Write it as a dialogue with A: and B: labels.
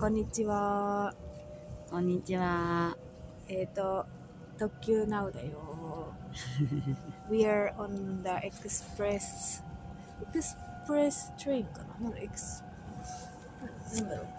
A: こんにちは。
B: こんにちは。
A: えっ、と、特急 now だよ。We are on the express express train かななんだ ex なんだろう